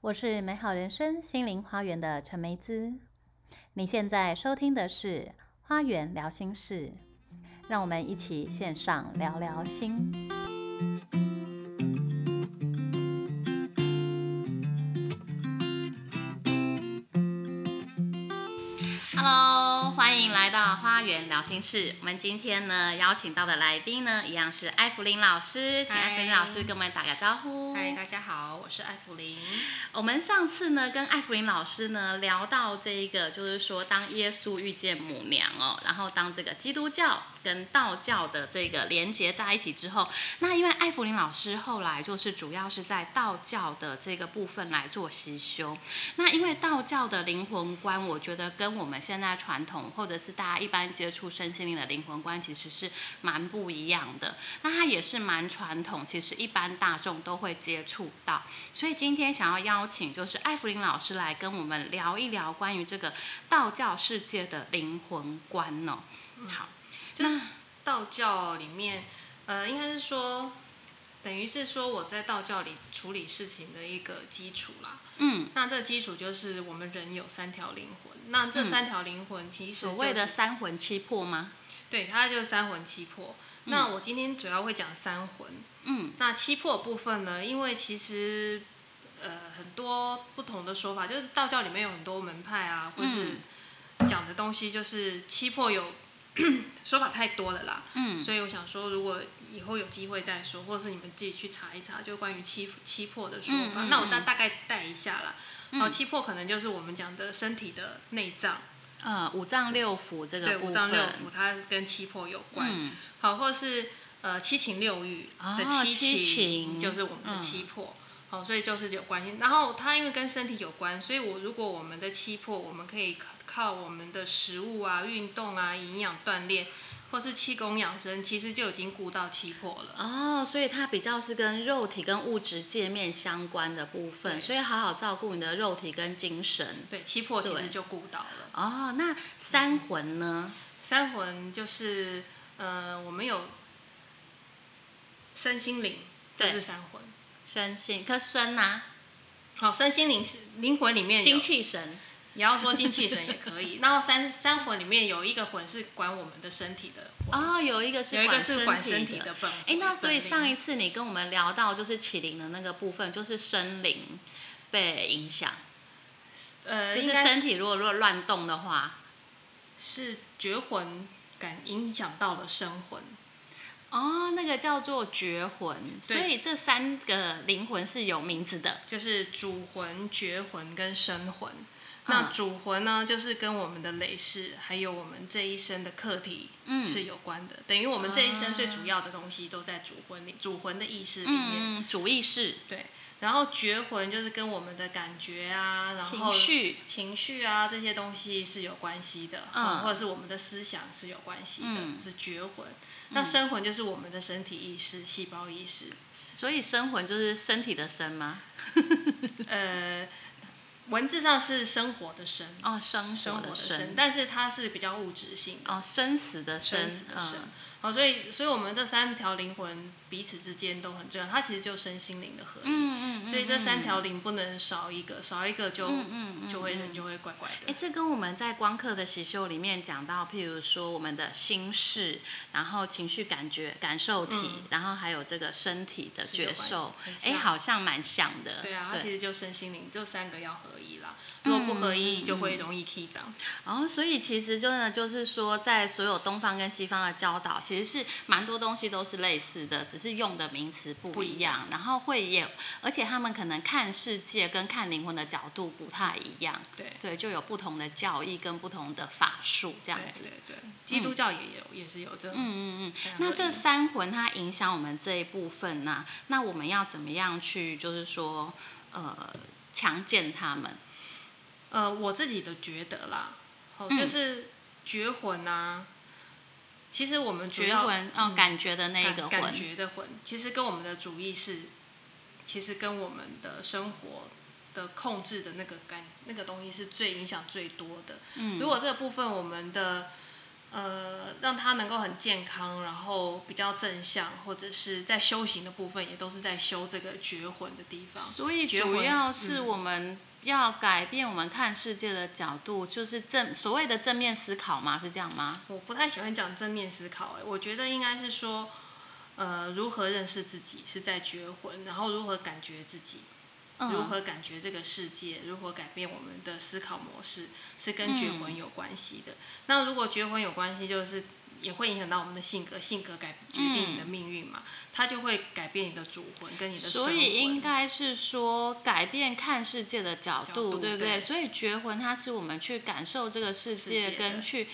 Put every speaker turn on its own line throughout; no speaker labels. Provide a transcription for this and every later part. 我是美好人生心灵花园的陈梅姿。你现在收听的是《花园聊心事》，让我们一起线上聊聊心。Hello，欢迎来到花园聊心事。我们今天呢邀请到的来宾呢，一样是艾芙琳老师，请艾芙琳老师跟我们打个招呼。
嗨，大家好，我是艾芙琳。
我们上次呢跟艾芙琳老师呢聊到这一个，就是说当耶稣遇见母娘哦，然后当这个基督教跟道教的这个连接在一起之后，那因为艾芙琳老师后来就是主要是在道教的这个部分来做习修，那因为道教的灵魂观，我觉得跟我们现在传统或者是大家一般接触身心灵的灵魂观其实是蛮不一样的，那它也是蛮传统，其实一般大众都会接触到。所以今天想要邀请就是艾芙琳老师来跟我们聊一聊关于这个道教世界的灵魂观哦。好，
就是道教里面，呃，应该是说，等于是说我在道教里处理事情的一个基础啦。
嗯，
那这基础就是我们人有三条灵魂，那这
嗯
三条灵魂其实、就
所
是
谓的三魂七魄吗？
对，它就是三魂七魄。那我今天主要会讲三魂，
嗯
那七魄部分呢，因为其实呃很多不同的说法，就是道教里面有很多门派啊，或是
嗯
讲的东西，就是七魄有 说法太多了啦。
嗯
所以我想说，如果以后有机会再说，或是你们自己去查一查，就关于七七魄的说法，
嗯嗯嗯
那我大大概带一下啦。好，七魄可能就是我们讲的身体的内脏，
呃，五脏六腑这
对，
个部分。
五脏六腑，它跟七魄有关。
嗯
好，或是呃七情六欲的
哦
情，
七情嗯
就是我们的七魄。好，所以就是有关系。然后它因为跟身体有关，所以我如果我们的七魄，我们可以靠靠我们的食物啊、运动啊、营养锻炼，或是气功养生，其实就已经顾到七魄了。
哦，所以它比较是跟肉体跟物质界面相关的部分，
对
所以好好照顾你的肉体跟精神。
对，七魄其
对
实就顾到了。
哦，那三魂呢？
三魂就是呃，我们有身心灵，这
对
是三魂。
身心可身啊，
好，身心灵是灵魂里面有
精气神。
也要说精气神也可以。然后三三魂里面有一个魂是管我们的身体的魂，
哦，有一个是
有一个
管
是管身体
的
的本魂。
哎，那所以上
一
一次你跟我们聊到就是启灵的那个部分，就是身灵被影响，
呃，
就
应
是
该
身体如果如果乱动的话，
是觉魂感影响到了身魂。
哦，那个叫做绝魂。所
对
以这三个灵魂是有名字的。
就是主魂、觉魂跟身魂。
嗯
那主魂呢，就是跟我们的累世，还有我们这一生的课题
嗯
是有关的。等于我们这一生最主要的东西都在主魂里，主魂的意识里面。
嗯，主意识、
对，然后觉魂就是跟我们的感觉啊，然
情
后
绪，
情绪啊这些东西是有关系的，
嗯
嗯，或者是我们的思想是有关系的，
嗯
是觉魂。那身魂就是我们的身体意识、细胞意识，
所以身魂就是身体的身吗？
呃，文字上是生活的生，
哦，生
生
活
活的生，
生，
但是它是比较物质性的，
哦，生嗯死的
生死的生。好，所以所以我们这三条灵魂彼此之间都很重要，它其实就身心灵的合一。
嗯嗯嗯，
所以这三条灵不能少一个，少一个就、
嗯嗯
就会人就会怪怪的。
哎，这跟我们在光课的习修里面讲到，譬如说我们的心事，然后情绪感觉、感受体，然后还有这个身体的
嗯是有
觉
关系
受，
很
哎，
像
好像蛮像的。
对啊，它其实就身心灵这三个要合一啦，如果不合一就会容易 key down。
然后所以其实真的就是说，在所有东方跟西方的教导，其实是蛮多东西都是类似的，只是用的名词不
不
一
一
样，然后会也，而且他们可能看世界跟看灵魂的角度不太一样，
对
对，就有不同的教义跟不同的法术这样
对
子。
对对，基督教也有也是有这种
嗯嗯嗯。
三合一。
那这三魂它影响我们这一部分呢、那我们要怎么样去，就是说，呃，强健他们？
呃，我自己的觉得啦，哦，
嗯
就是觉魂啊。其实我们
觉
觉到
魂，哦，感觉的那一个
感感
魂，
觉的魂，其实跟我们的主意识，其实跟我们的生活的控制的那个感那个东西是最影响最多的。
嗯
如果这个部分我们的呃，让他能够很健康，然后比较正向，或者是在修行的部分，也都是在修这个觉魂的地方。
所以
觉
主
魂
要是我们要改变我们看世界的角度，就是正所谓的正面思考嘛，是这样吗？
我不太喜欢讲正面思考、欸，我觉得应该是说，呃，如何认识自己是在觉魂，然后如何感觉自己，如
嗯，
何感觉这个世界，如何改变我们的思考模式，是跟觉魂有关系的。那如果觉魂有关系，就是也会影响到我们的性格，性格改决定你的命运嘛，它就会改变你的主魂跟你的生
所以应
魂。
该是说改变看世界的角
角
度，
度
对不对？
对
所以觉魂它是我们去感受这个世
世
界，
界
跟
的
去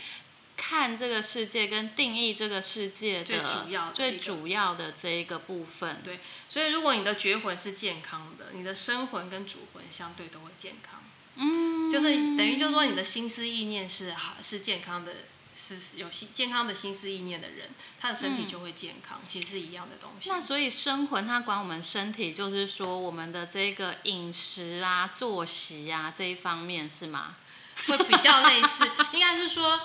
看这个世界，跟定义这个世界
最
的
主要的
最
一个
主要的这一个部分。
对所以如果你的觉魂是健康的，你的生魂跟主魂相对都会健康。
嗯，
就是等于就是说你的心思意念是好是健康的思有心健康的心思意念的人，他的
嗯
身体就会健康，其实是一样的东西。
那所以生魂它管我们身体，就是说我们的这个饮食啊、作息啊这一方面是吗？
会比较类似，应该是说，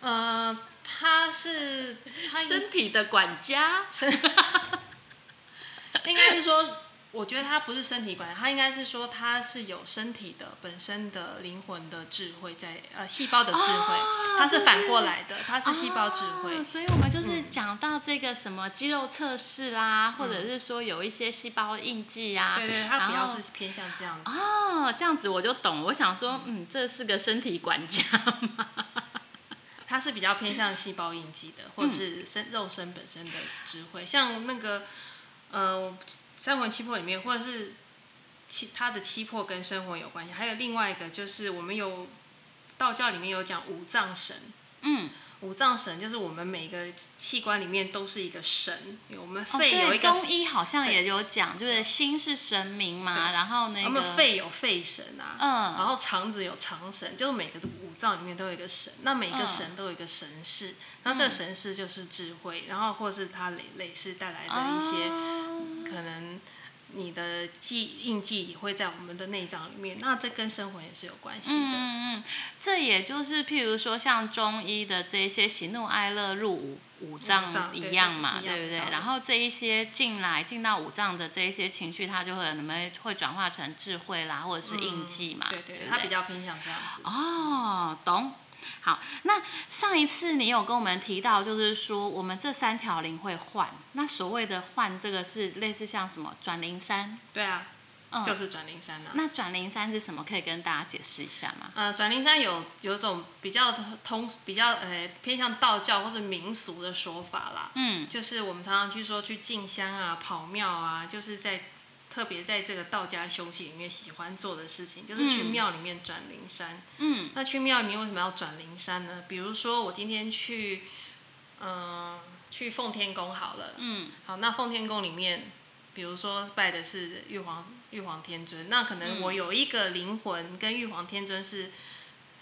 呃，他是他应
身体的管家，
应该是说，我觉得他不是身体管理，他应该是说他是有身体的本身的灵魂的智慧在，呃，细胞的智慧，他是反过来的，他是细胞智慧。
啊所以我们
嗯
就是讲到这个什么肌肉测试啦、或者是说有一些细胞印记啊，
对对，他
然
比较
后
是偏向这样子。
哦，这样子我就懂。我想说，嗯，这是个身体管家 嘛，
它是比较偏向细胞印记的，或者
嗯
是身肉身本身的智慧，像那个呃三魂七魄里面，或者是七它的七魄跟生魂有关系。还有另外一个就是我们有道教里面有讲五脏神，
嗯，
五脏神就是我们每个器官里面都是一个神，我们
哦
肺有
对
一个。
中医好像也有讲，就是心是神明嘛，
对
然后那
我们
个
肺有肺神啊，
嗯
然后肠子有肠神，就是每个五脏里面都有一个神，那每个
嗯
神都有一个神识，那这个神识就是智慧，然后或是它累累世带来的一
哦
些、可能你的记印记也会在我们的内脏里面，那这跟生活也是有关系的。
嗯嗯，这也就是譬如说像中医的这一些喜怒哀乐入五五
五脏
脏
对
一样嘛，
一样
不
的道
对？
理
然后这一些进来进到五脏的这一些情绪，它就会你们会转化成智慧啦，或者是印记嘛，
嗯对
对
对，
不
它比较偏向这样子。
哦，懂。好，那上一次你有跟我们提到，就是说我们这三条灵会换，那所谓的换这个是类似像什么转灵山，
对啊，
嗯，
就是转灵山啊。
那转灵山是什么？可以跟大家解释一下吗？
呃，转灵山有有种比较通、比较呃偏向道教或者民俗的说法啦，
嗯，
就是我们常常去说去进香啊、跑庙啊，就是在特别在这个道家修行里面喜欢做的事情，就是去
嗯
庙里面转灵山。
嗯，
那去庙里面为什么要转灵山呢？比如说我今天去，嗯、去奉天宫好了，
嗯，
好，那奉天宫里面，比如说拜的是玉皇玉皇天尊，那可
嗯
能我有一个灵魂跟玉皇天尊是。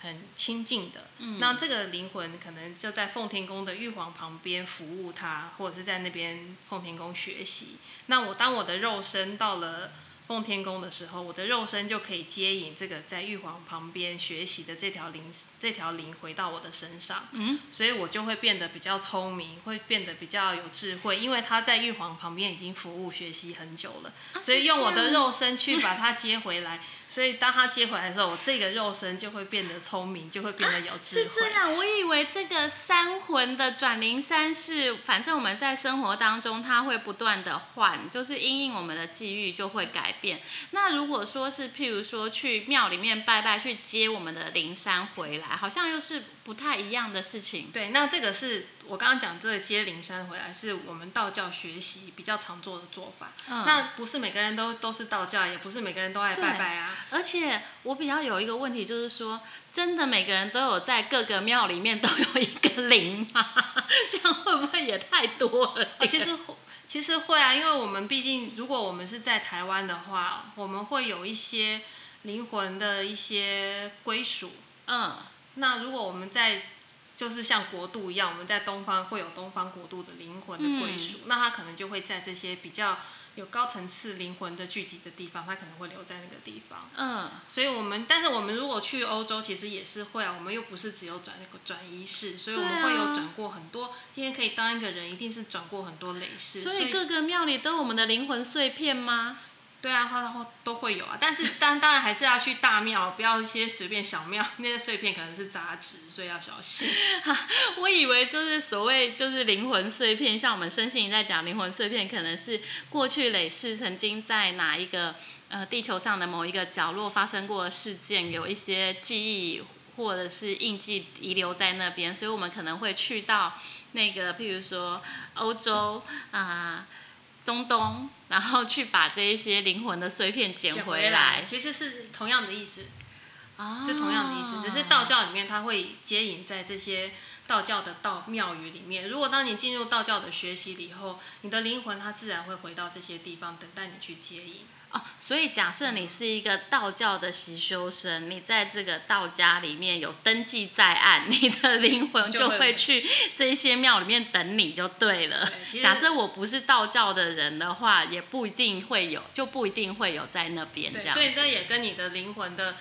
很亲近的，那这个灵魂可能就在奉天宫的玉皇旁边服务他，或者是在那边奉天宫学习。那我当我的肉身到了奉天宫的时候，我的肉身就可以接引这个在玉皇旁边学习的这条灵，这条灵回到我的身上。
嗯，
所以我就会变得比较聪明，会变得比较有智慧，因为他在玉皇旁边已经服务学习很久了，所以用我的肉身去把它接回来。所以当他接回来的时候，我这个肉身就会变得聪明，就会变得有
啊是
智慧。
这样，我以为这个三魂的转灵山是，反正我们在生活当中，它会不断的换，就是因应我们的际遇就会改变。那如果说是譬如说去庙里面拜拜，去接我们的灵山回来，好像又是不太一样的事情。
对，那这个是我刚刚讲这个接灵山回来，是我们道教学习比较常做的做法。
嗯
那不是每个人都都是道教，也不是每个人都爱拜拜啊。
而且我比较有一个问题，就是说，真的每个人都有在各个庙里面都 有一个灵吗？ 这样会不会也太多了？
啊其实会其实会啊，因为我们毕竟如果我们是在台湾的话，我们会有一些灵魂的一些归属。
嗯。
那如果我们在就是像国度一
嗯
样，我们在东方会有东方国度的灵魂的归属，那他可能就会在这些比较有高层次灵魂的聚集的地方，他可能会留在那个地方。
嗯，
所以我们，但是我们如果去欧洲，其实也是会啊，我们又不是只有转转一式，所以我
对
们
啊
会有转过很多。今天可以当一个人，一定是转过很多类式，
所以各个庙里都有我们的灵魂碎片吗？
对啊，花花都会有啊。但是当当然还是要去大庙，不要一些随便小庙， 那些碎片可能是杂质，所以要小心。
我以为就是所谓就是灵魂碎片，像我们身心灵在讲灵魂碎片，可能是过去累世曾经在哪一个呃地球上的某一个角落发生过的事件，有一些记忆或者是印记遗留在那边，所以我们可能会去到那个，譬如说欧洲啊、中东，然后去把这一些灵魂的碎片捡
捡
回
来
来，
其实是同样的意思，
啊
是同样的意思，只是道教里面它会接引在这些道教的道庙宇里面。如果当你进入道教的学习以后，你的灵魂它自然会回到这些地方，等待你去接引。
哦，所以假设你是一个道教的习修生，你在这个道家里面有登记在案，你的灵魂
就
就
会
会去这些庙里面等你就对了
对其。实
假设我不是道教的人的话，也不一定会有，就不一定会有在那边这
对，
样
所。以这也跟你的灵魂的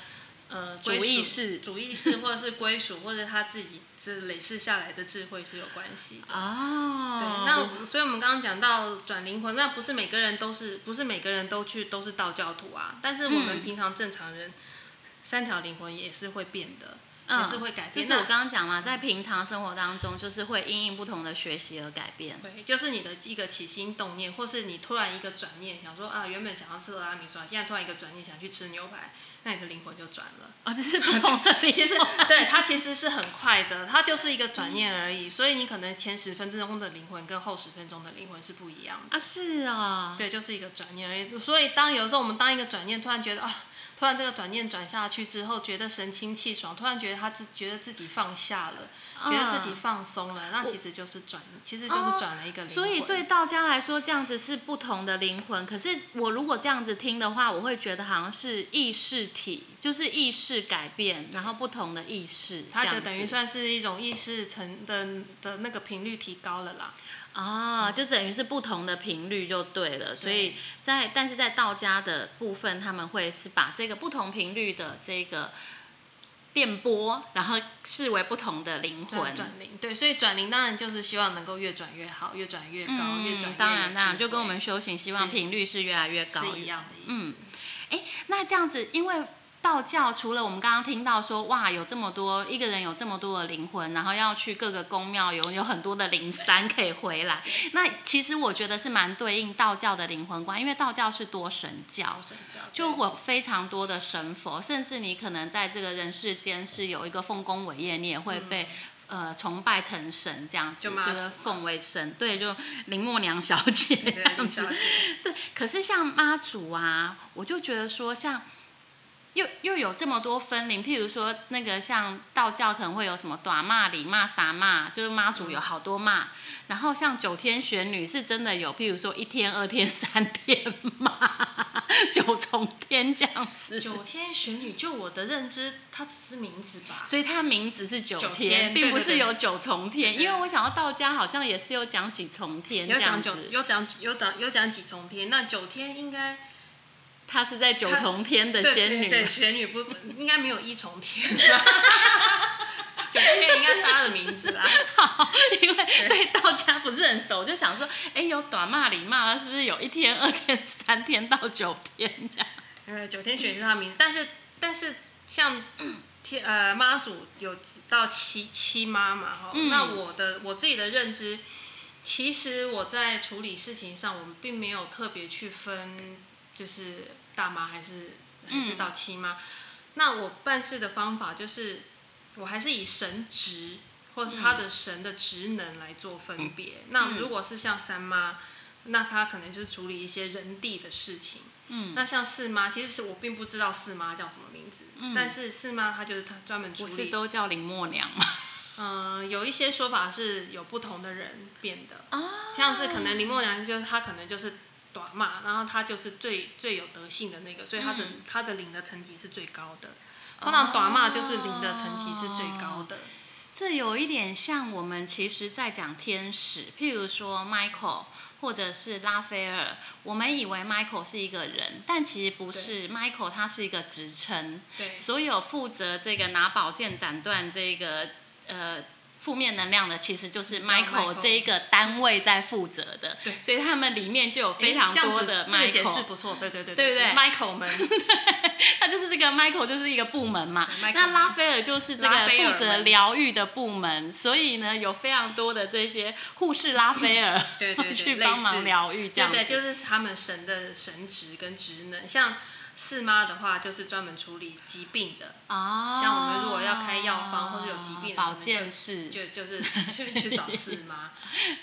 呃
主
归属
意识
主意识或者是归属，或者他自己这累世下来的智慧是有关系的。对，
哦，
那我所以我们刚刚讲到转灵魂，那不是每个人都是，不是每个人都去都是道教徒啊。但是我们平常正常人，三条灵魂也是会变的，
嗯
也是会改
就
变。
是我刚刚讲嘛，在平常生活当中，就是会因应不同的学习而改变。
对，就是你的一个起心动念，或是你突然一个转念，想说啊，原本想要吃拉米刷，现在突然一个转念想去吃牛排，那你的灵魂就转了。
哦，这是不同 的灵
其实
魂。
对它其 实是很快的，它就是一个转念而已。所以你可能前十分钟的灵魂跟后十分钟的灵魂是不一样的。
啊，是啊、
对，就是一个转念而已。所以当有时候我们当一个转念，突然觉得啊，突然这个转念转下去之后，觉得神清气爽，突然觉得他自觉得自己放下了，觉得自己
啊
放松了，那其实就是转，其实就是转了一个灵魂。
哦所以对道家来说，这样子是不同的灵魂。可是我如果这样子听的话，我会觉得好像是意识体，就是意识改变，然后不同的意识，
它
这样
就
子
等于算是一种意识层的的那个频率提高了啦。
哦，就等于是不同的频率就对了。所以在但是在道家的部分，他们会是把这个不同频率的这个电波，然后视为不同的灵
转
魂。
转灵，对，所以转灵当然就是希望能够越转越好，越转越高，越转越有
嗯，当然，当
智
然，
慧
就跟我们修行，希望
是
频率是越来越高
是一样的意思。
嗯那这样子，因为道教除了我们刚刚听到说，哇，有这么多一个人有这么多的灵魂，然后要去各个宫庙，有有很多的灵山可以回来。那其实我觉得是蛮对应道教的灵魂观，因为道教是多神教
高，神教
就
对
有非常多的神佛，甚至你可能在这个人世间是有一个丰功伟业，你也会被。呃，崇拜成神这样子，
嗯就妈祖
觉得
嘛
奉为神，对，就林默娘小姐这
对
样
林
子
小，姐，
对，可是像妈祖啊，我就觉得说像。又又有这么多分灵，譬如说那个像道教可能会有什么短骂、礼骂、傻骂，就是妈祖有好多骂。
嗯
然后像九天玄女是真的有，譬如说一天、二天、三天骂，九重天这样 子。
九天玄女，就我的认知，它只是名字吧。
所以它名字是九
九天
天，并
对
不
对
是
对
有九重天，
对对
因为我想到道家好像也是有讲几重天
有
这样
讲九，
子，
有讲有讲有讲几重天，那九天应该
她是在九重天的
对
仙
对
女
对玄女不应该没有一重 天，九天应该是她的名字啦。
因为对道家不是很熟，就想说，哎，有短骂、礼骂，他是不是有一天、二天、 三天到九天这样？
呃，九天玄女是他名字，但是但是像 天呃妈祖有到七七妈嘛哈，
嗯
那我的我自己的认知，其实我在处理事情上，我们并没有特别去分，就是大妈还是还是到七妈。那我办事的方法就是，我还是以神职或是他的神的职能来做分别。那如果是像三妈，那她可能就是处理一些人地的事情。嗯，那像四妈，其实是我并不知道四妈叫什么名字，但是四妈她就是她专门处
不是
理。
都叫林默娘吗？
嗯、有一些说法是有不同的人变的，
啊
像是可能林默娘就是她可能就是短骂，然后她就是最最有德性的那个，所以她的、
嗯
她的领的层级是最高的。通常短骂就是领的层级是最高的，
哦这有一点像我们其实在讲天使，譬如说 Michael。或者是拉斐尔，我们以为 Michael 是一个人，但其实不是，Michael 他是一个职称。
对，
所有负责这个拿宝剑斩断这个呃负面能量的，其实就是
你知道
Michael
Michael
这一个单位在负责的。
对
所以他们里面就有非常
诶这样
多
子
的
这个
Michael。
解释不错，对对对
对不对
？Michael 们，
他就是这个 Michael 就是一个部门嘛，
对，Michael
那拉斐尔就是这
拉
个
斐尔
负责疗愈的部门，所以呢有非常多的这些护士拉斐尔
对对 对
去帮
类
忙
似
疗愈这样子。
对对，就是他们神的神职跟职能。像四妈的话，就是专门处理疾病的，
哦，
像我们如果要开药方或是有疾病
保健室，
就就是 去去找四妈，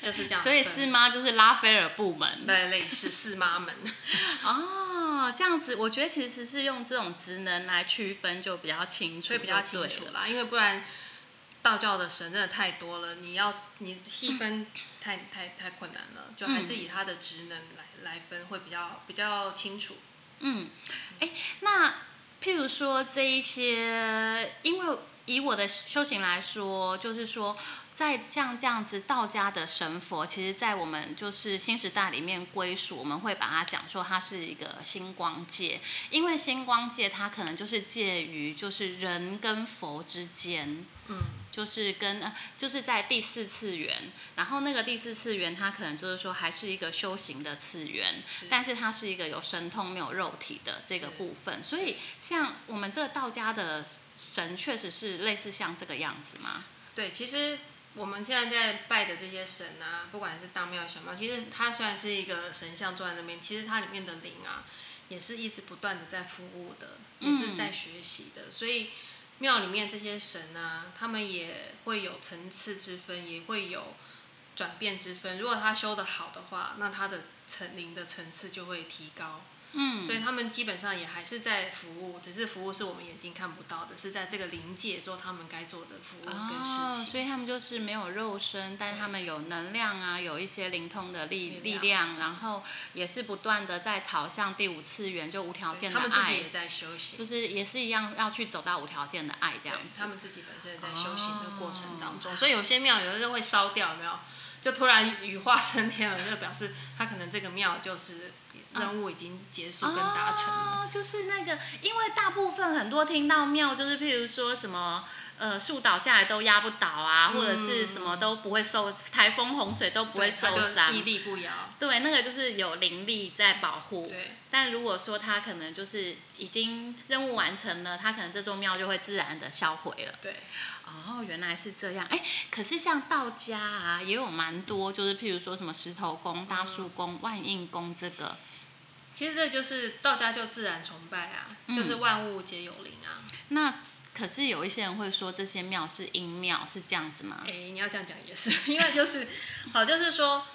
就是这样分。
所以四妈就是拉斐尔部门。
类类似四妈们，
哦，这样子，我觉得其实是用这种职能来区分就比较清楚，
所以比较清楚。啦。因为不然道教的神真的太多了，你要你细分太太太困难了，就还是以他的职能来来分会比较比较清楚。
嗯，哎，那譬如说这一些，因为以我的修行来说，就是说。在像这样子道家的神佛，其实，在我们就是新时代里面归属，我们会把它讲说它是一个星光界，因为星光界它可能就是介于就是人跟佛之间，
嗯，
就是跟呃就是在第四次元，然后那个第四次元它可能就是说还是一个修行的次元，
是
但是它是一个有神通没有肉体的这个
是
部分，所以像我们这个道家的神确实是类似像这个样子吗？
对，其实我们现在在拜的这些神啊，不管是大庙小庙，其实它虽然是一个神像坐在那边，其实它里面的灵啊，也是一直不断的在服务的，也是
嗯
在学习的，所以。庙里面这些神啊，他们也会有层次之分，也会有转变之分。如果他修得好的话，那他的层灵的层次就会提高。
嗯，
所以他们基本上也还是在服务，只是服务是我们眼睛看不到的，是在这个灵界做他们该做的服务跟
哦
事情。
所以他们就是没有肉身，但是他们有能量啊，有一些灵通的力
力
力
量
量，然后也是不断的在朝向第五次元，就无条
对
件的
他们自己
爱，
也在修行，
就是也是一样要去走到无条件的爱这样哦
对
子
他。们自己本身也在修行的过程当中，所以有些庙有的时候会烧掉，有没有？就突然羽化升天了，就表示他可能这个庙就是任务已经结束跟达成了。
哦，就是那个，因为大部分很多听到庙，就是譬如说什么。呃，树倒下来都压不倒啊，或者是什么都不会受台风、洪水都不
嗯对
会受
他
伤
就。屹立不摇。
对，那个就是有灵力在保护。
对，
但如果说它可能就是已经任务完成了，它可能这座庙就会自然的销毁了。
对，
哦，原来是这样。哎，可是像道家啊，也有蛮多，就是譬如说什么石头宫、大树宫、万应宫这个。
其实这就是道家就自然崇拜啊，
嗯
就是万物皆有灵啊。
那可是有一些人会说这些庙是阴庙，是这样子吗？
哎、你要这样讲也是，因为就是好，就是说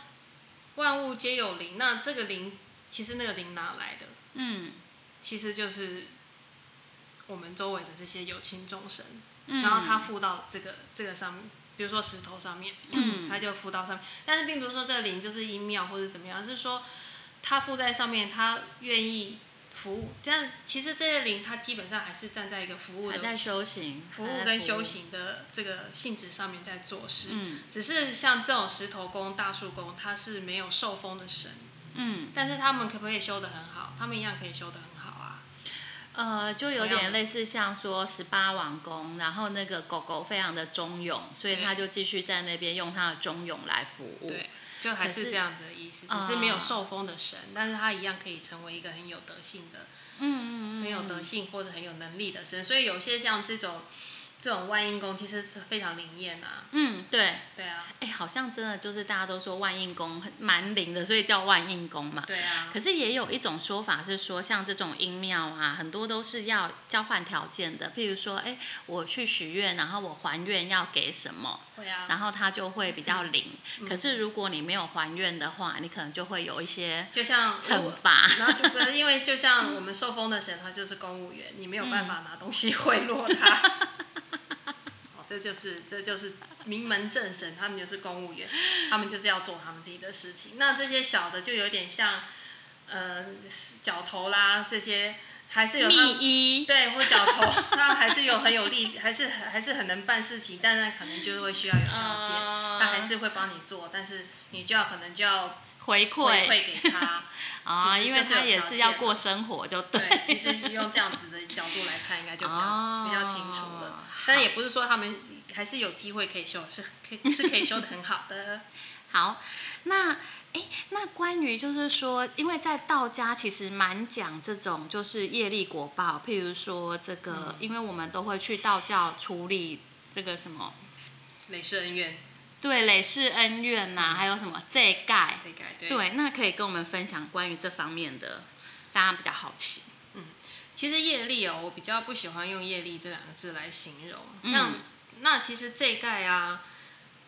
万物皆有灵，那这个灵其实那个灵哪来的？
嗯
其实就是我们周围的这些有情众生，
嗯，
然后它附到这个这个上面，比如说石头上面，
嗯
它就附到上面。但是并不是说这个灵就是阴庙或者怎么样，而是说它附在上面，它愿意服务。但其实这些灵，它基本上还是站在一个服务
还
的
在修行，
服
还
务
在
跟
服
修
务。
行的这个性质上面在做事。
嗯
只是像这种石头公、大树公，它是没有受封的神，
嗯，
但是他们可不可以修得很好？他们一样可以修得很好啊。
呃，就有
怎样
点类似像说十八王宫，然后那个狗狗非常的忠勇，所以
对
他就继续在那边用他的忠勇来服务。
对，就还是这样子的意思，只是没有
嗯
受封的神，但是他一样可以成为一个很有德性的、
嗯，嗯嗯
很有德性或者很有能力的神。所以有些像这种这种万应宫，其实是非常灵验啊。
嗯，对。
对啊，
哎，好像真的就是大家都说万应宫很蛮灵的，所以叫万应宫嘛。
对啊，
可是也有一种说法是说，像这种阴庙啊，很多都是要交换条件的。譬如说，哎，我去许愿，然后我还愿要给什么，
会啊，嗯
然后它就会比较灵。可是如果你没有还愿的话，你可能就会有一些
就像
惩
我。
罚。
然后就不是因为就像我们受封的神，他就是公务员，你没有办法拿东西贿赂他。哦，这就是这就是名门正神，他们就是公务员，他们就是要做他们自己的事情。那这些小的就有点像，呃，角头啦这些，还是有他
密
们
医，
对或角头，他还是有很有力，还是还是很能办事情，嗯但是可能就会需要有条件，
哦
他还是会帮你做，但是你就要可能就要
回
回
馈
馈给他。
啊，
其实
因为
就是
他
有
也
条
是
件
要
的
过生活，就对。
对，其实用这样子的角度来看，应该就比较、
哦
比较清楚了。但也不是说他们还是有机会可以修，是可以是可以修的很好 的。
好，那诶，那关于就是说，因为在道家其实蛮讲这种就是业力果报，譬如说这
嗯
个，因为我们都会去道教处理这个什么。
雷射恩怨
对累世恩怨呐、还有什么这盖？
这个嗯对。
对，那可以跟我们分享关于这方面的，大家比较好奇。
其实业力哦，我比较不喜欢用业力这两个字来形容。
嗯
像、那其实这一概啊，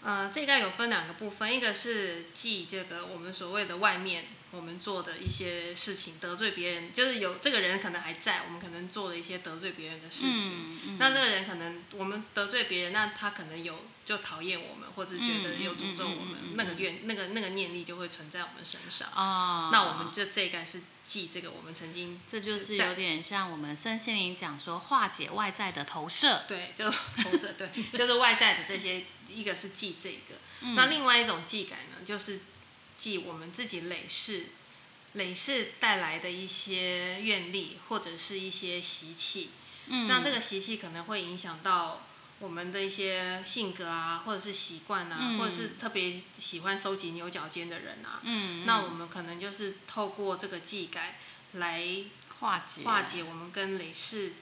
呃，这一概有分两个部分，一个是记这个我们所谓的外面我们做的一些事情，得罪别人，就是有这个人可能还在，我们可能做了一些得罪别人的事情。
嗯嗯
那这个人可能我们得罪别人，那他可能有就讨厌我们，或是觉得
嗯
有
嗯
诅咒我们，
嗯嗯嗯
那个怨、那个那个念力就会存在我们身上。
哦，
那我们就这一概是记这个我们曾经
这就是
在
有点像我们身心灵讲说化解外在的投射。
对，就投射， 对，就是外在的这些，一个是记这个，
嗯
那另外一种记改呢，就是记我们自己累世累世带来的一些愿力或者是一些习气，
嗯
那这个习气可能会影响到。我们的一些性格啊，或者是习惯啊，
嗯
或者是特别喜欢收集牛角尖的人啊，
嗯，
那我们可能就是透过这个技改来
化解
化解我们跟累世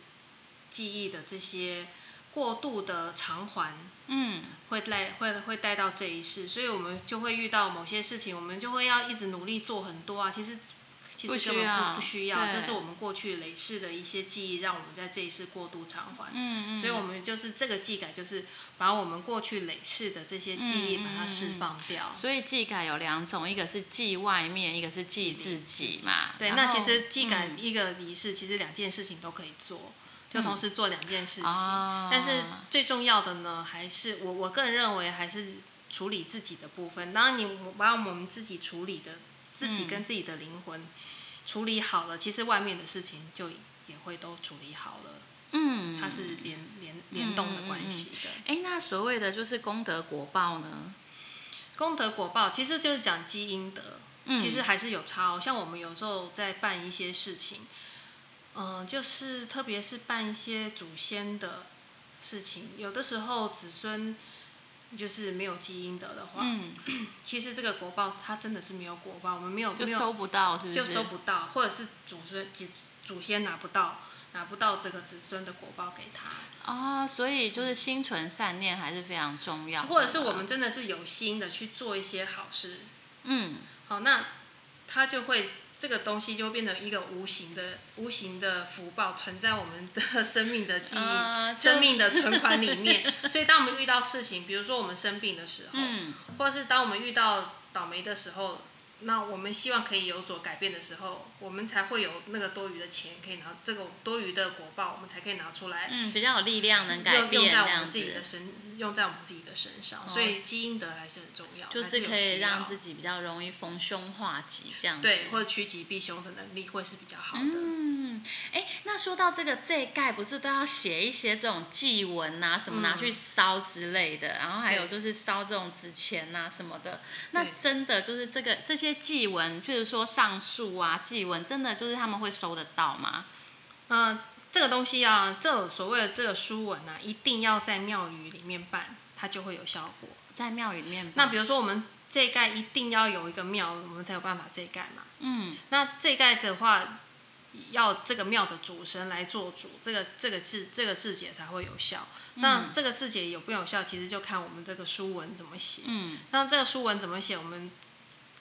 记忆的这些过度的偿还，
嗯
会带会会带到这一世，所以我们就会遇到某些事情，我们就会要一直努力做很多啊。其实其
不
实
需
根本
要
不不需要，
对
这是我们过去累世的一些记忆，让我们在这一世过度偿还。
嗯嗯，
所以，我们就是这个技改，就是把我们过去累世的这些记忆，
嗯嗯
把它释放掉。
所以技改有两种，一个是记外面，一个是记自己嘛。
对，
然
那
后嗯
其实既感一个仪式，其实两件事情都可以做，就同时做两件事情。
嗯啊
但是最重要的呢，还是我我个人认为还是处理自己的部分。当然，你把我们自己处理的自己
嗯
跟自己的灵魂处理好了，其实外面的事情就也会都处理好了。
嗯，
它是联联联动的关系的。
哎，那所谓的就是功德果报呢？
功德果报其实就是讲积阴德，其
嗯
实还是有差、哦。像我们有时候在办一些事情，嗯、就是特别是办一些祖先的事情，有的时候子孙就是没有积阴德的话，
嗯，
其实这个国报它真的是没有国报，我们没有
就
没有
收不到，是不是？
就收不到，或者是祖孙祖祖先拿不到拿不到这个子孙的国报给他。
啊、所以就是心存善念还是非常重要的啦。
或者是我们真的是有心的去做一些好事，
嗯
好，那它就会这个东西就变成一个无形的、无形的福报存在我们的 生命的记忆、
啊就
生命的存款里面。所以，当我们遇到事情，比如说我们生病的时候，
嗯
或者是当我们遇到倒霉的时候，那我们希望可以有所改变的时候，我们才会有那个多余的钱可以拿，这个多余的果报，我们才可以拿出来。
嗯，比较有力量能改
用用
变
在
这
我
样
们自己
子，
的
哦
身，用在我们自己的身上，所以基因德还是很重要，
就
还
是
有
可以
需要
让自己比较容易逢凶化吉这样子。
对，或者趋吉避凶的能力会是比较好的。
嗯，哎，那说到这个这一盖，不是都要写一些这种祭文啊，什么拿去烧之类的，然后还有
嗯对
就是烧这种纸钱啊什么的。那
对
真的就是这个这些祭文，譬如说上述啊祭文，真的就是他们会收得到吗？
嗯、这个东西啊，这种所谓的这个书文啊，一定要在庙宇里面办，它就会有效果。
在庙宇里面，
那比如说我们这一盖一定要有一个庙，我们才有办法这一盖嘛。
嗯
那这一盖的话，要这个庙的主神来做主，这个这个字这个字解才会有效。那这个字解有没有效，其实就看我们这个书文怎么写。
嗯
那这个书文怎么写？我们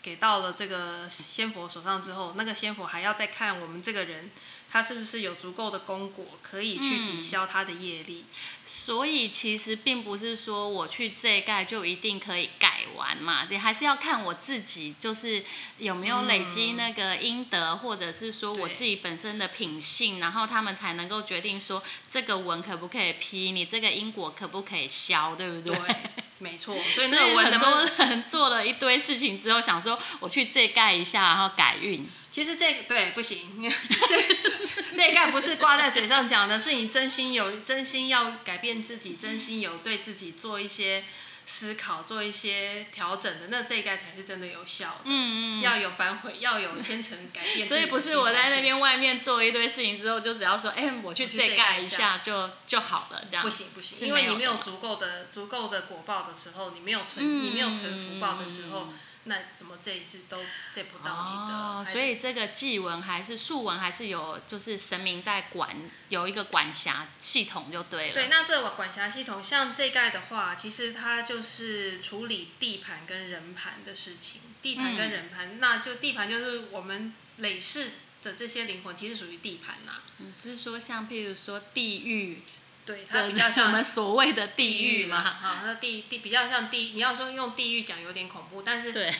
给到了这个仙佛手上之后，那个仙佛还要再看我们这个人，他是不是有足够的功果，可以去抵消他的业力。
所以其实并不是说我去这一盖就一定可以改完嘛，也还是要看我自己，就是有没有累积那个阴德，或者是说我
对
自己本身的品性，然后他们才能够决定说这个文可不可以批，你这个因果可不可以消，对不对？
对，没错。所以
所
那
以
个文
很
能不能
多人做了一堆事情之后，想说我去这盖一下，然后改运。
其实这个对不行，这这一概不是挂在嘴上讲的，是你真心有真心要改变自己，真心有对自己做一些思考、做一些调整的，那这一概才是真的有效的。
嗯嗯，
要有反悔，要有虔诚改变。
所以不是我在那，边外面做一堆事情之后，就只要说，哎、我去
我去
再
再
盖
盖
一
一
下就就好了，这样
不行不行，
是
因为
没有
你没有
的嘛
足够的足够的果报的时候，你没有成、你没有成福报的时候，那怎么这一次都这不到你的？
嗯哦，
还是
所以这个祭文还是素文还是有，就是神明在管，有一个管辖系统就对了。
对，那这个管辖系统，像这盖的话，其实它就是处理地盘跟人盘的事情。地盘
嗯
跟人盘，那就地盘就是我们累世的这些灵魂，其实属于地盘啦。
你是说像譬如说地狱，
对，它比较像
我们所谓的地
地
狱
狱嘛，
嘛？
啊，那地地比较像地，你要说用地狱讲有点恐怖，但 是
对，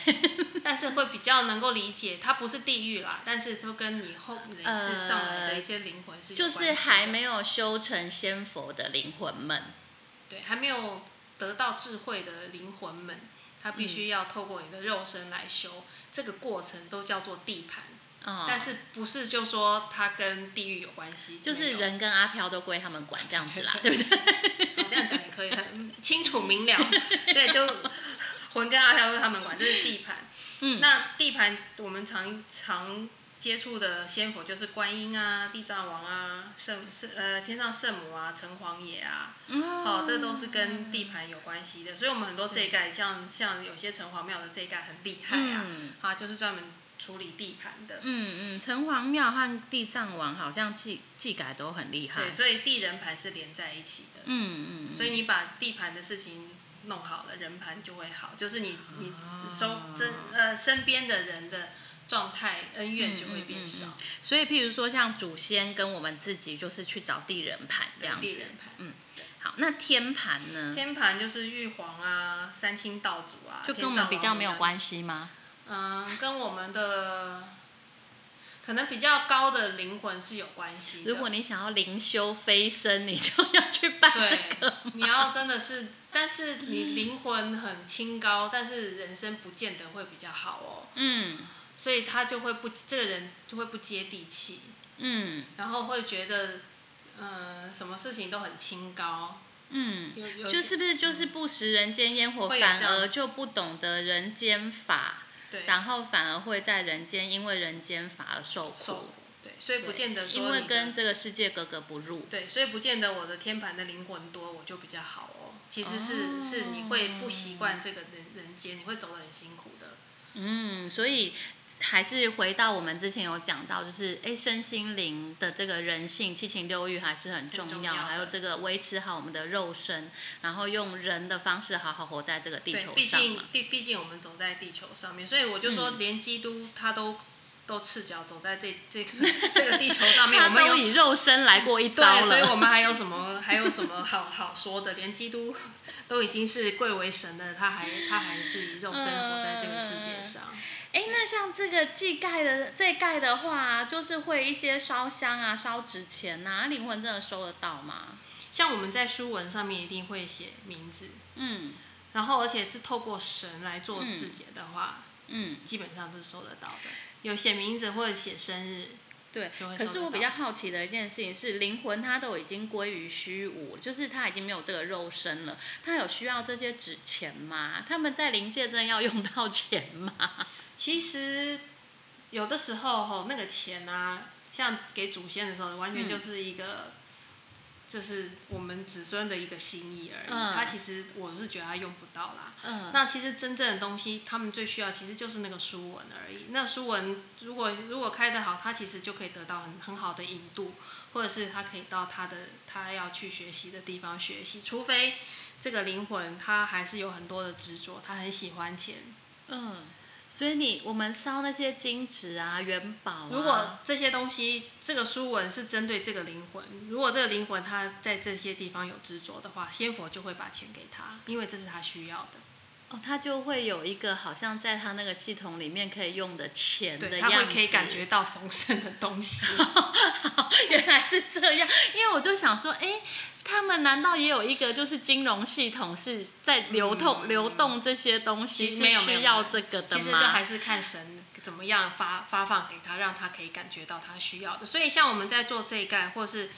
但是会比较能够理解，它不是地狱啦，但是都跟你后累世上来的一些灵魂是有
就
关
是
系
还
的
没有修成仙佛的灵魂们。
对还没有得到智慧的灵魂们，他必须要透过你的肉身来修，这个过程都叫做地盘，
哦，
但是不是就说它跟地狱有关系？
就是
没有
人跟阿飘都归他们管这样 子啦，对不对？
哦这样讲也可以，很清楚明了。对，就魂跟阿飘都是他们管，这是地盘。
嗯
那地盘我们常常接触的仙佛就是观音啊、地藏王啊、圣圣呃天上圣母啊、城隍爷啊，好、这都是跟地盘有关系的。所以我们很多这一盖，像像有些城隍庙的这一盖很厉害啊，
嗯
啊，就是专门处理地盘的。
嗯嗯，城隍庙和地藏王好像技技改都很厉害
对，。所以地人盘是连在一起的。
嗯嗯，
所以你把地盘的事情弄好了，人盘就会好，就是你
啊
你收真呃身边的人的状态恩
嗯
怨就会变少，
所以譬如说像祖先跟我们自己，就是去找地人盘这样
地
子
人。盘。
好，那天盘呢，
天盘就是玉皇啊、三清道祖啊，
就跟我们比较没有
系。
关系吗？
嗯，跟我们的可能比较高的灵魂是有关系的。
如果你想要灵修飞升，你就要去拜
对
这个。，
你要真的是，但是你灵魂很清高，但是人生不见得会比较好哦，
嗯
所以他就会不，这个人就会不接地气。
嗯
然后会觉得，嗯、什么事情都很清高，
嗯，
就有
就是不是就是不食人间烟火，
会有这样
反而就不懂得人间法，
对
然后反而会在人间因为人间法而受苦，
受苦，对，所以不见得说
因为
你的
跟这个世界格格不入。
对，所以不见得我的天盘的灵魂多，我就比较好哦。其实是、
哦
是你会不习惯这个人人间，你会走得很辛苦的。
嗯，所以还是回到我们之前有讲到，就是哎，诶身心灵的这个人性、七情六欲还是很重要，
重要的
还有这个维持好我们的肉身，然后用人的方式好好活在这个地
对，
球
毕
上
竟
嘛。嗯
毕毕竟我们走在地球上面，所以我就说，连基督他都、都赤脚走在这这个这个地球 上面，我
他
们有
都以肉身来过一遭
嗯对，
了，
所以我们还有什么 还有什么好好说的？连基督都已经是贵为神的，他还他还是以肉身活在这个世界上。
哎，那像这个祭盖的这盖的话，就是会一些烧香啊、烧纸钱呐、灵魂真的收得到吗？
像我们在书文上面一定会写名字，
嗯
然后而且是透过神来做字节的话，
嗯，
基本上都是收得到的。有写名字或者写生日，
对
就会。
可
收
是
得
我比
到
较好奇的一件事情是，灵魂它都已经归于虚无，就是它已经没有这个肉身了，它有需要这些纸钱吗？他们在灵界真的要用到钱吗？
其实有的时候吼，那个钱啊，像给祖先的时候，完全
嗯
就是一个，就是我们子孙的一个心意而已。
嗯
他其实我是觉得他用不到啦。
嗯，
那其实真正的东西，他们最需要其实就是那个书文而已。那书文如果如果开得好，他其实就可以得到很很好的引渡，或者是他可以到他的他要去学习的地方学习。除非这个灵魂他还是有很多的执着，他很喜欢钱，
嗯，所以你我们烧那些金纸啊、元宝啊，
如果这些东西，这个书文是针对这个灵魂，如果这个灵魂他在这些地方有执着的话，仙佛就会把钱给他，因为这是他需要的，
哦，它就会有一个好像在它那个系统里面可以用的钱的
对
样
他
子，
会可以感觉到丰盛的东西。
原来是这样，因为我就想说，哎，他们难道也有一个就是金融系统是在流通、流动这些东西
嗯
是
其实没有没有
需要这个的
其实就还
吗？
是看神怎么样发发放给他，让他可以感觉到他需要的。所以像我们在做这一盖，或是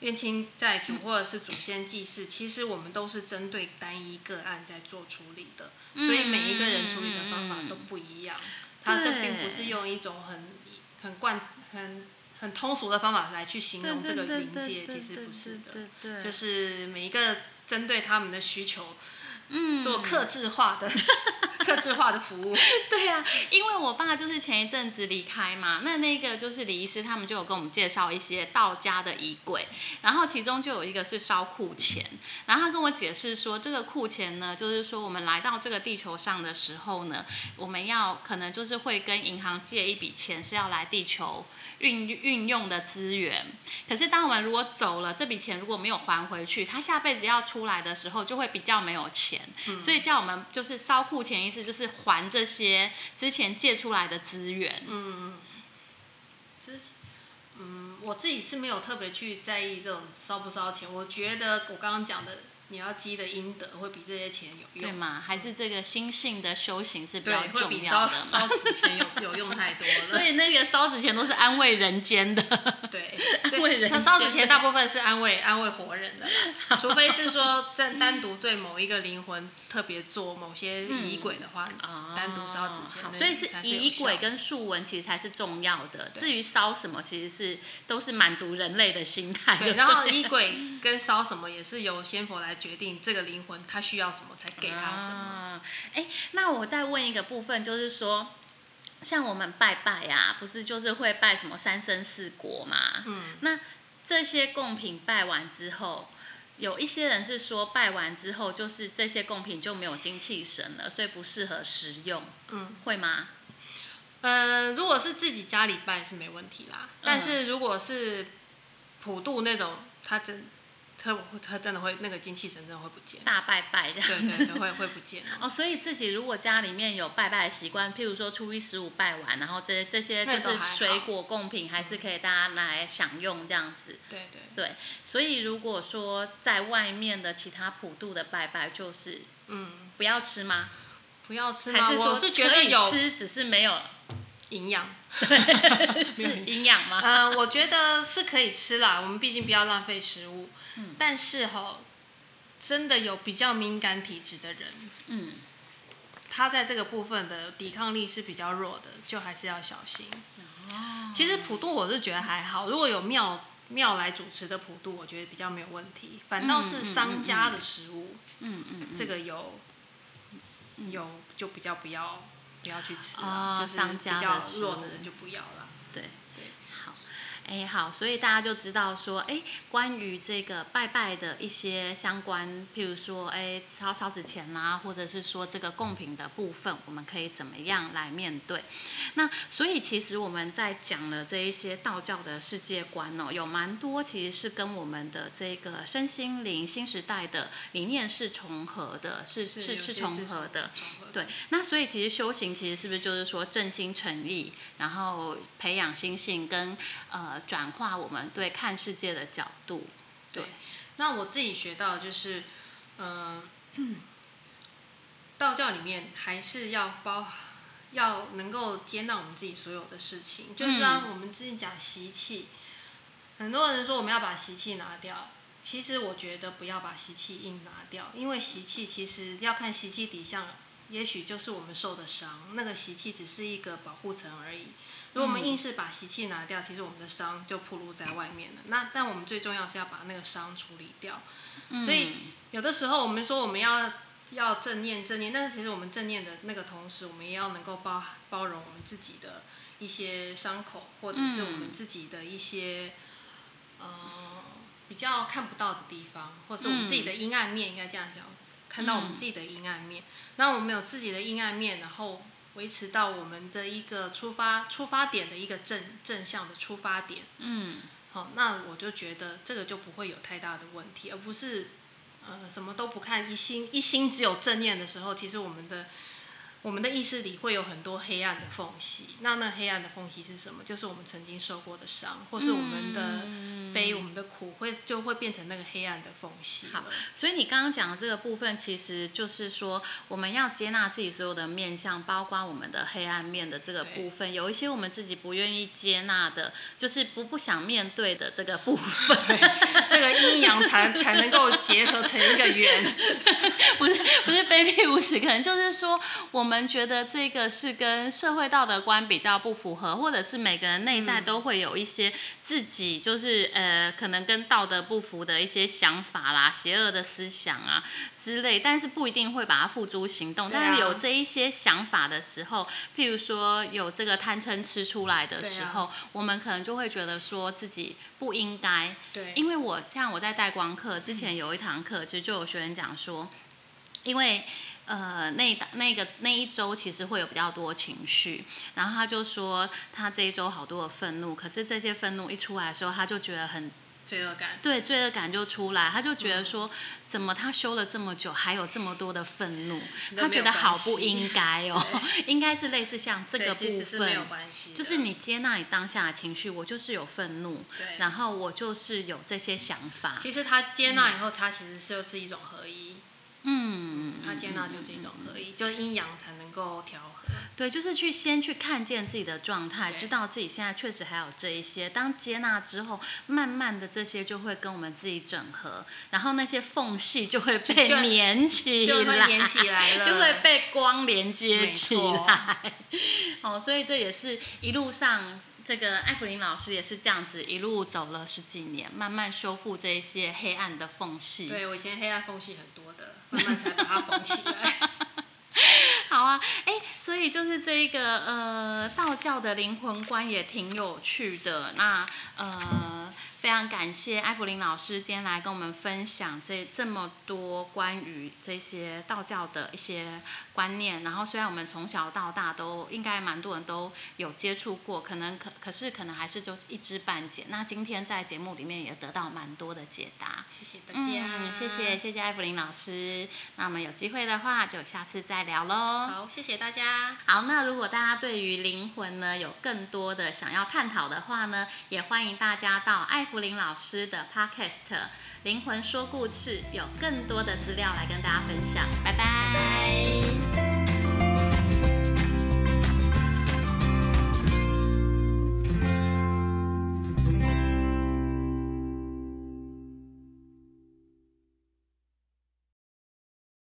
冤亲债
嗯
主或者是祖先祭祀，其实我们都是针对单一个案在做处理的，
嗯
所以每一个人处理的方法都不一样。他这并不是用一种很很惯很很通俗的方法来去形容这个临界，其实不是的，
对对，
就是是每一个针对他们的需求
嗯
做克制化的 克制化的服务。
对啊，因为我爸就是前一阵子离开嘛，那那个就是李医师他们就有跟我们介绍一些道家的衣柜，然后其中就有一个是烧库钱，然后他跟我解释说，这个库钱呢，就是说我们来到这个地球上的时候呢，我们要可能就是会跟银行借一笔钱，是要来地球运运用的资源。可是当我们如果走了，这笔钱如果没有还回去，他下辈子要出来的时候就会比较没有钱，嗯所以叫我们就是烧库钱，意思就是还这些之前借出来的资源。
嗯就是，嗯，我自己是没有特别去在意这种烧不烧钱，我觉得我刚刚讲的，你要积的阴德会比这些钱有
对
用，
吗？还是这个心性的修行是比
对
较，
会比
重要
烧
的嘛？
烧纸钱有有用太多了。
所以那个烧纸钱都是安慰人间 的。
对，
安慰人
像
间
烧纸钱大部分是安慰安慰活人的啦，除非是说在单独对某一个灵魂特别做某些仪轨的话，单独烧纸钱
嗯哦啊好
那
所以是
才有
仪
效
轨跟竖文其实才是重要的。至于烧什么，其实是都是满足人类的心态。
对，
不
然后衣轨跟烧什么也是由仙佛来决定这个灵魂他需要什么才给他什么。
啊哎、那我再问一个部分，就是说，像我们拜拜啊，不是就是会拜什么三生四果嘛？
嗯，
那这些贡品拜完之后，有一些人是说拜完之后，就是这些贡品就没有精气神了，所以不适合食用。
嗯，
会吗？
嗯，如果是自己家里拜是没问题啦，
嗯
但是如果是普渡那种，他真他他真的会那个精气神真的会 不见，
大拜拜这
对
样
对
子。
对，会会不见。
哦，所以自己如果家里面有拜拜的习惯，譬如说初一十五拜完，然后这这些
那
就
都还
是
好
水果贡品，还是可以大家来享用这样子。
对对，
对，所以如果说在外面的其他普渡的拜拜，就是
嗯，
不要吃吗？
不要吃吗？
还是说
我是觉
可
得
以
有
吃，只是没 有
营养。
是营养吗？
嗯，我觉得是可以吃啦，我们毕竟不要浪费食物。
嗯
但是哈，真的有比较敏感体质的人，
嗯，
他在这个部分的抵抗力是比较弱的，就还是要小心。
哦
其实普渡我是觉得还好，如果有庙庙来主持的普渡，我觉得比较没有问题。反倒是商家的食物，
嗯嗯
这个有有就比较不要不要去吃
哦
啦，就是
商
比
家的
较
食
弱
物
的人就不要了。
对
对。
好，哎，好，所以大家就知道说，哎，关于这个拜拜的一些相关，譬如说，哎，烧烧纸钱啦、或者是说这个贡品的部分，我们可以怎么样来面对？那所以其实我们在讲了这一些道教的世界观哦，有蛮多其实是跟我们的这个身心灵新时代的理念是重合的，是
是
是
有些
是
是
重合的。
重合的
对，那所以其实修行其实是不是就是说正心诚意，然后培养心性跟呃转化我们对看世界的角度。
对，那我自己学到的就是，呃，道教里面还是要包，要能够接纳我们自己所有的事情。就像我们之前讲习气，很多人说我们要把习气拿掉，其实我觉得不要把习气硬拿掉，因为习气其实要看习气底下，也许就是我们受的伤，那个习气只是一个保护层而已。如果我们硬是把习气拿掉，其实我们的伤就暴露在外面了。那但我们最重要是要把那个伤处理掉。所以有的时候我们说我们要要正念正念，但是其实我们正念的那个同时，我们也要能够包包容我们自己的一些伤口，或者是我们自己的一些、呃比较看不到的地方，或是我们自己的阴暗面，应该这样讲，看到我们自己的阴暗面。那我们有自己的阴暗面，然后维持到我们的一个出发出发点的一个正正向的出发点。
嗯，
好，那我就觉得这个就不会有太大的问题，而不是呃什么都不看，一心一心只有正念的时候，其实我们的我们的意识里会有很多黑暗的缝隙。那那黑暗的缝隙是什么？就是我们曾经受过的伤，或是我
嗯
们的悲、我们的苦，会就会变成那个黑暗的缝隙了。
所以你刚刚讲的这个部分，其实就是说我们要接纳自己所有的面相，包括我们的黑暗面的这个
对
部分，有一些我们自己不愿意接纳的，就是不不想面对的这个部分。
这样才才能够结合成一个圆。
不是不是卑鄙无耻，可能就是说，我们觉得这个是跟社会道德观比较不符合，或者是每个人内
嗯
在都会有一些自己就是、呃，可能跟道德不符的一些想法啦、邪恶的思想啊之类，但是不一定会把它付诸行动。
对啊
但是有这一些想法的时候，譬如说有这个贪嗔痴出来的
对啊
时候，我们可能就会觉得说自己不应该，
对，
因为我像我在带光课之
嗯
前有一堂课，其实就有学员讲说，因为呃那一档那个那一周其实会有比较多情绪，然后他就说他这一周好多的愤怒，可是这些愤怒一出来的时候，他就觉得很
罪恶感。
对罪恶感就出来，他就觉
嗯
得说、怎么他修了这么久还有这么多的愤怒，
那
他
没
觉
有
得
关
好不
系
应该 哦，应该是类似像这个
对其
部
实是没有
分。
关系的，
就是你接纳你当下的情绪，我就是有愤怒，
对。
然后我就是有这些想法，
其实他接纳以后，他其实就是一种合一，
嗯，
他接纳就是一种合一，就是阴阳才能够调和。
对，就是去先去看见自己的状态，
对
知道自己现在确实还有这一些。当接纳之后，慢慢的这些就会跟我们自己整合，然后那些缝隙就会被
就
连起
就会
来，
连 起来了
就会被光连接
没
起
错
来。 哦，所以这也是一路上。这个艾芙琳老师也是这样子，一路走了十几年，慢慢修复这一些黑暗的缝隙。
对我以前黑暗缝隙很多的，慢慢才把它缝起来。
好啊，哎、所以就是这一个呃，道教的灵魂观也挺有趣的。那呃，非常感谢艾芙琳老师今天来跟我们分享这这么多关于这些道教的一些观念。然后虽然我们从小到大都应该蛮多人都有接触过，可能可可是可能还是就是一知半解。那今天在节目里面也得到蛮多的解答。
谢谢大家，
嗯，谢谢。谢谢艾芙琳老师。那我们有机会的话，就下次再聊喽。
好，谢谢大家，
好，那如果大家对于灵魂呢有更多的想要探讨的话呢，也欢迎大家到艾芙琳老师的 Podcast《灵魂说故事》有更多的资料来跟大家分享。拜拜。